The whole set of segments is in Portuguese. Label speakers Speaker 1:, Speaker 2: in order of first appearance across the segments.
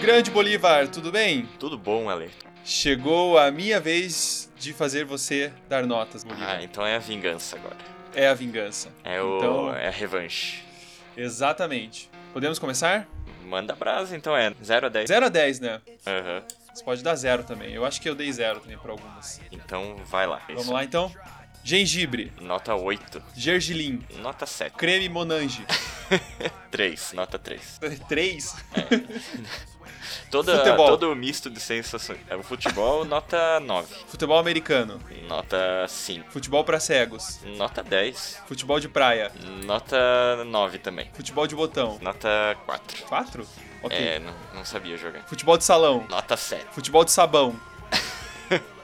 Speaker 1: grande Bolívar, tudo bem?
Speaker 2: Tudo bom, Ale?
Speaker 1: Chegou a minha vez de fazer você dar notas, Bolívar.
Speaker 2: Ah, então é a vingança agora.
Speaker 1: É a vingança.
Speaker 2: É, o...
Speaker 1: Então-
Speaker 2: é a revanche.
Speaker 1: Exatamente. Podemos começar?
Speaker 2: Manda brasa, então é 0 a 10.
Speaker 1: 0 a 10, né?
Speaker 2: Aham.
Speaker 1: Você pode dar zero também. Eu acho que eu dei zero também pra algumas.
Speaker 2: Então vai lá. Isso.
Speaker 1: Vamos lá então. Gengibre,
Speaker 2: Nota 8.
Speaker 1: gergelim,
Speaker 2: Nota 7.
Speaker 1: creme monange.
Speaker 2: 3. Nota 3.
Speaker 1: 3.
Speaker 2: Toda,
Speaker 1: Futebol.
Speaker 2: todo o misto de sensações. É o futebol, nota 9.
Speaker 1: Futebol americano,
Speaker 2: Nota 5.
Speaker 1: futebol pra cegos,
Speaker 2: Nota 10.
Speaker 1: futebol de praia,
Speaker 2: Nota 9 também.
Speaker 1: futebol de botão.
Speaker 2: Nota 4.
Speaker 1: 4? OK.
Speaker 2: É, não, não sabia jogar.
Speaker 1: Futebol de salão,
Speaker 2: Nota 7.
Speaker 1: futebol de sabão.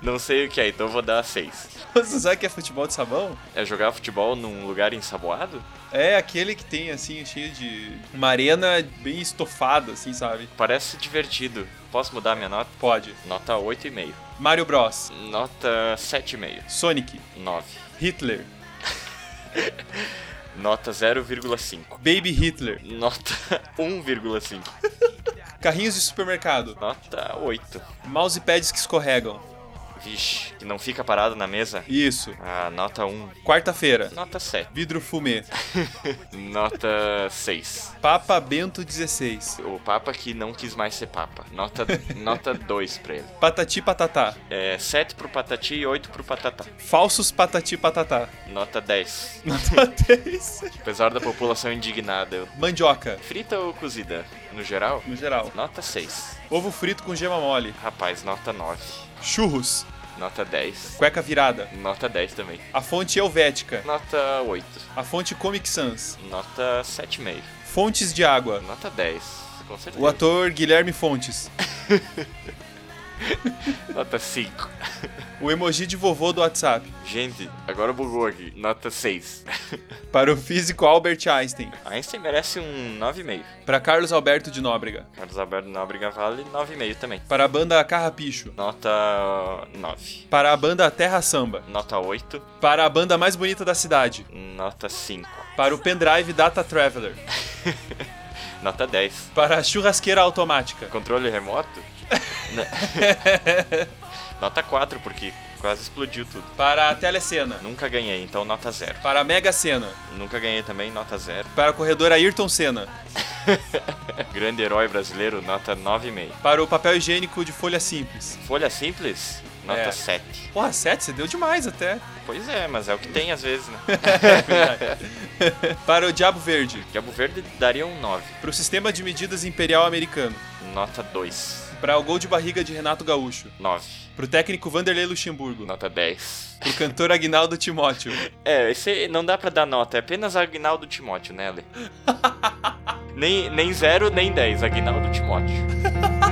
Speaker 2: Não sei o que é, então vou dar 6.
Speaker 1: Você sabe o que é futebol de sabão?
Speaker 2: É jogar futebol num lugar ensaboado?
Speaker 1: É aquele que tem, assim, cheio de. Uma arena bem estofada, assim, sabe?
Speaker 2: Parece divertido. Posso mudar minha nota?
Speaker 1: Pode.
Speaker 2: Nota 8,5.
Speaker 1: Mario Bros.
Speaker 2: Nota 7,5.
Speaker 1: Sonic.
Speaker 2: 9.
Speaker 1: Hitler.
Speaker 2: Nota 0,5.
Speaker 1: Baby Hitler.
Speaker 2: Nota 1,5.
Speaker 1: Carrinhos de supermercado.
Speaker 2: Nota 8.
Speaker 1: Mousepads que escorregam.
Speaker 2: Vixe, que não fica parado na mesa?
Speaker 1: Isso.
Speaker 2: Ah, nota 1.
Speaker 1: Quarta-feira.
Speaker 2: Nota 7.
Speaker 1: Vidro fumê.
Speaker 2: Nota 6.
Speaker 1: Papa Bento XVI.
Speaker 2: O Papa que não quis mais ser Papa. Nota, nota 2 pra ele.
Speaker 1: Patati patatá.
Speaker 2: É, 7 pro Patati e 8 pro Patatá.
Speaker 1: Falsos patati patatá.
Speaker 2: Nota 10.
Speaker 1: Nota 10.
Speaker 2: Apesar da população indignada, eu...
Speaker 1: Mandioca.
Speaker 2: Frita ou cozida? No geral?
Speaker 1: No geral.
Speaker 2: Nota 6.
Speaker 1: Ovo frito com gema mole.
Speaker 2: Rapaz, nota 9.
Speaker 1: Churros.
Speaker 2: Nota 10.
Speaker 1: Cueca virada.
Speaker 2: Nota 10 também.
Speaker 1: A fonte helvética.
Speaker 2: Nota 8.
Speaker 1: A fonte Comic Sans.
Speaker 2: Nota 7,5.
Speaker 1: Fontes de água.
Speaker 2: Nota 10. Com certeza.
Speaker 1: O ator Guilherme Fontes.
Speaker 2: Nota 5.
Speaker 1: O emoji de vovô do WhatsApp.
Speaker 2: Gente, agora bugou aqui. Nota 6.
Speaker 1: Para o físico Albert Einstein.
Speaker 2: Einstein merece um 9,5.
Speaker 1: Para Carlos Alberto de Nóbrega.
Speaker 2: Carlos Alberto Nóbrega vale 9,5 também.
Speaker 1: Para a banda Carrapicho.
Speaker 2: Nota 9.
Speaker 1: Para a banda Terra Samba.
Speaker 2: Nota 8.
Speaker 1: Para a banda mais bonita da cidade.
Speaker 2: Nota 5.
Speaker 1: Para o pendrive Data Traveler.
Speaker 2: Nota 10.
Speaker 1: Para a churrasqueira automática.
Speaker 2: Controle remoto? Né? nota 4, porque quase explodiu tudo.
Speaker 1: Para a telecena.
Speaker 2: Nunca ganhei, então nota 0.
Speaker 1: Para a Mega Sena.
Speaker 2: Nunca ganhei também, nota 0.
Speaker 1: Para a corredora Ayrton Senna.
Speaker 2: Grande herói brasileiro, nota 9,5.
Speaker 1: Para o papel higiênico de folha simples.
Speaker 2: Folha simples? Nota
Speaker 1: É.
Speaker 2: 7.
Speaker 1: Porra, 7, você deu demais até.
Speaker 2: Pois é, mas é o que tem às vezes, né?
Speaker 1: Para o Diabo Verde.
Speaker 2: Diabo Verde daria um 9.
Speaker 1: Para o sistema de medidas imperial americano.
Speaker 2: Nota 2.
Speaker 1: Para o gol de barriga de Renato Gaúcho.
Speaker 2: 9.
Speaker 1: Pro técnico Vanderlei Luxemburgo.
Speaker 2: Nota 10.
Speaker 1: Pro cantor Agnaldo Timóteo.
Speaker 2: É, esse não dá pra dar nota, é apenas Agnaldo Timóteo, né, Ale? nem, nem 0, nem 10, Agnaldo Timóteo.